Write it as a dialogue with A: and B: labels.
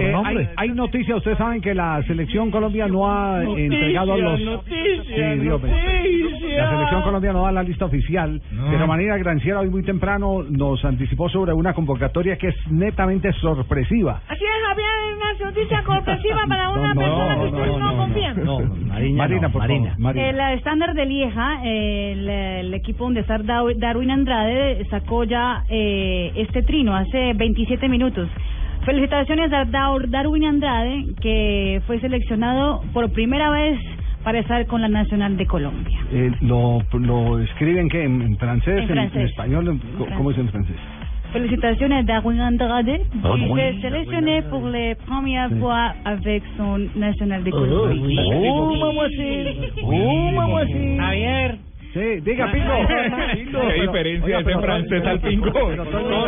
A: Eh,
B: Hombre.
A: hay, hay noticias, ustedes saben que la selección Colombia no ha eh, entregado los...
B: noticias,
A: Sí, Dios mío.
B: noticias.
A: La selección Colombia no da la lista oficial, pero Manera Granciera hoy muy temprano nos anticipó sobre una convocatoria que es netamente sorpresiva.
B: Así es, Javier, una noticia comprensiva para una
A: No, no,
B: persona que
A: no,
B: ustedes no,
A: no, no,
B: confían.
C: No, Marina,
A: Marina,
C: no,
A: por
C: Marina.
A: favor. Marina.
D: El eh, estándar de Lieja, eh, el, el equipo donde está Dar- Darwin Andrade, sacó ya eh, este trino hace 27 minutos. Felicitaciones a Dar- Darwin Andrade, que fue seleccionado por primera vez para estar con la Nacional de Colombia.
A: Eh, lo, lo escriben que en, en francés,
D: En
A: en,
D: francés.
A: en español, en-
D: En
A: ¿cómo es en francés?
D: Felicitaciones a Darwin Andrade, qui
C: Ah, Darwin,
D: se sélectionné pour la première
A: Sí.
D: fois avec son Nacional de Colombia.
C: Oh,
A: Oh, mamá,
C: Javier.
A: Sí, diga, Pingo.
C: Qué diferencia
A: ese
C: ese francés al Pingo.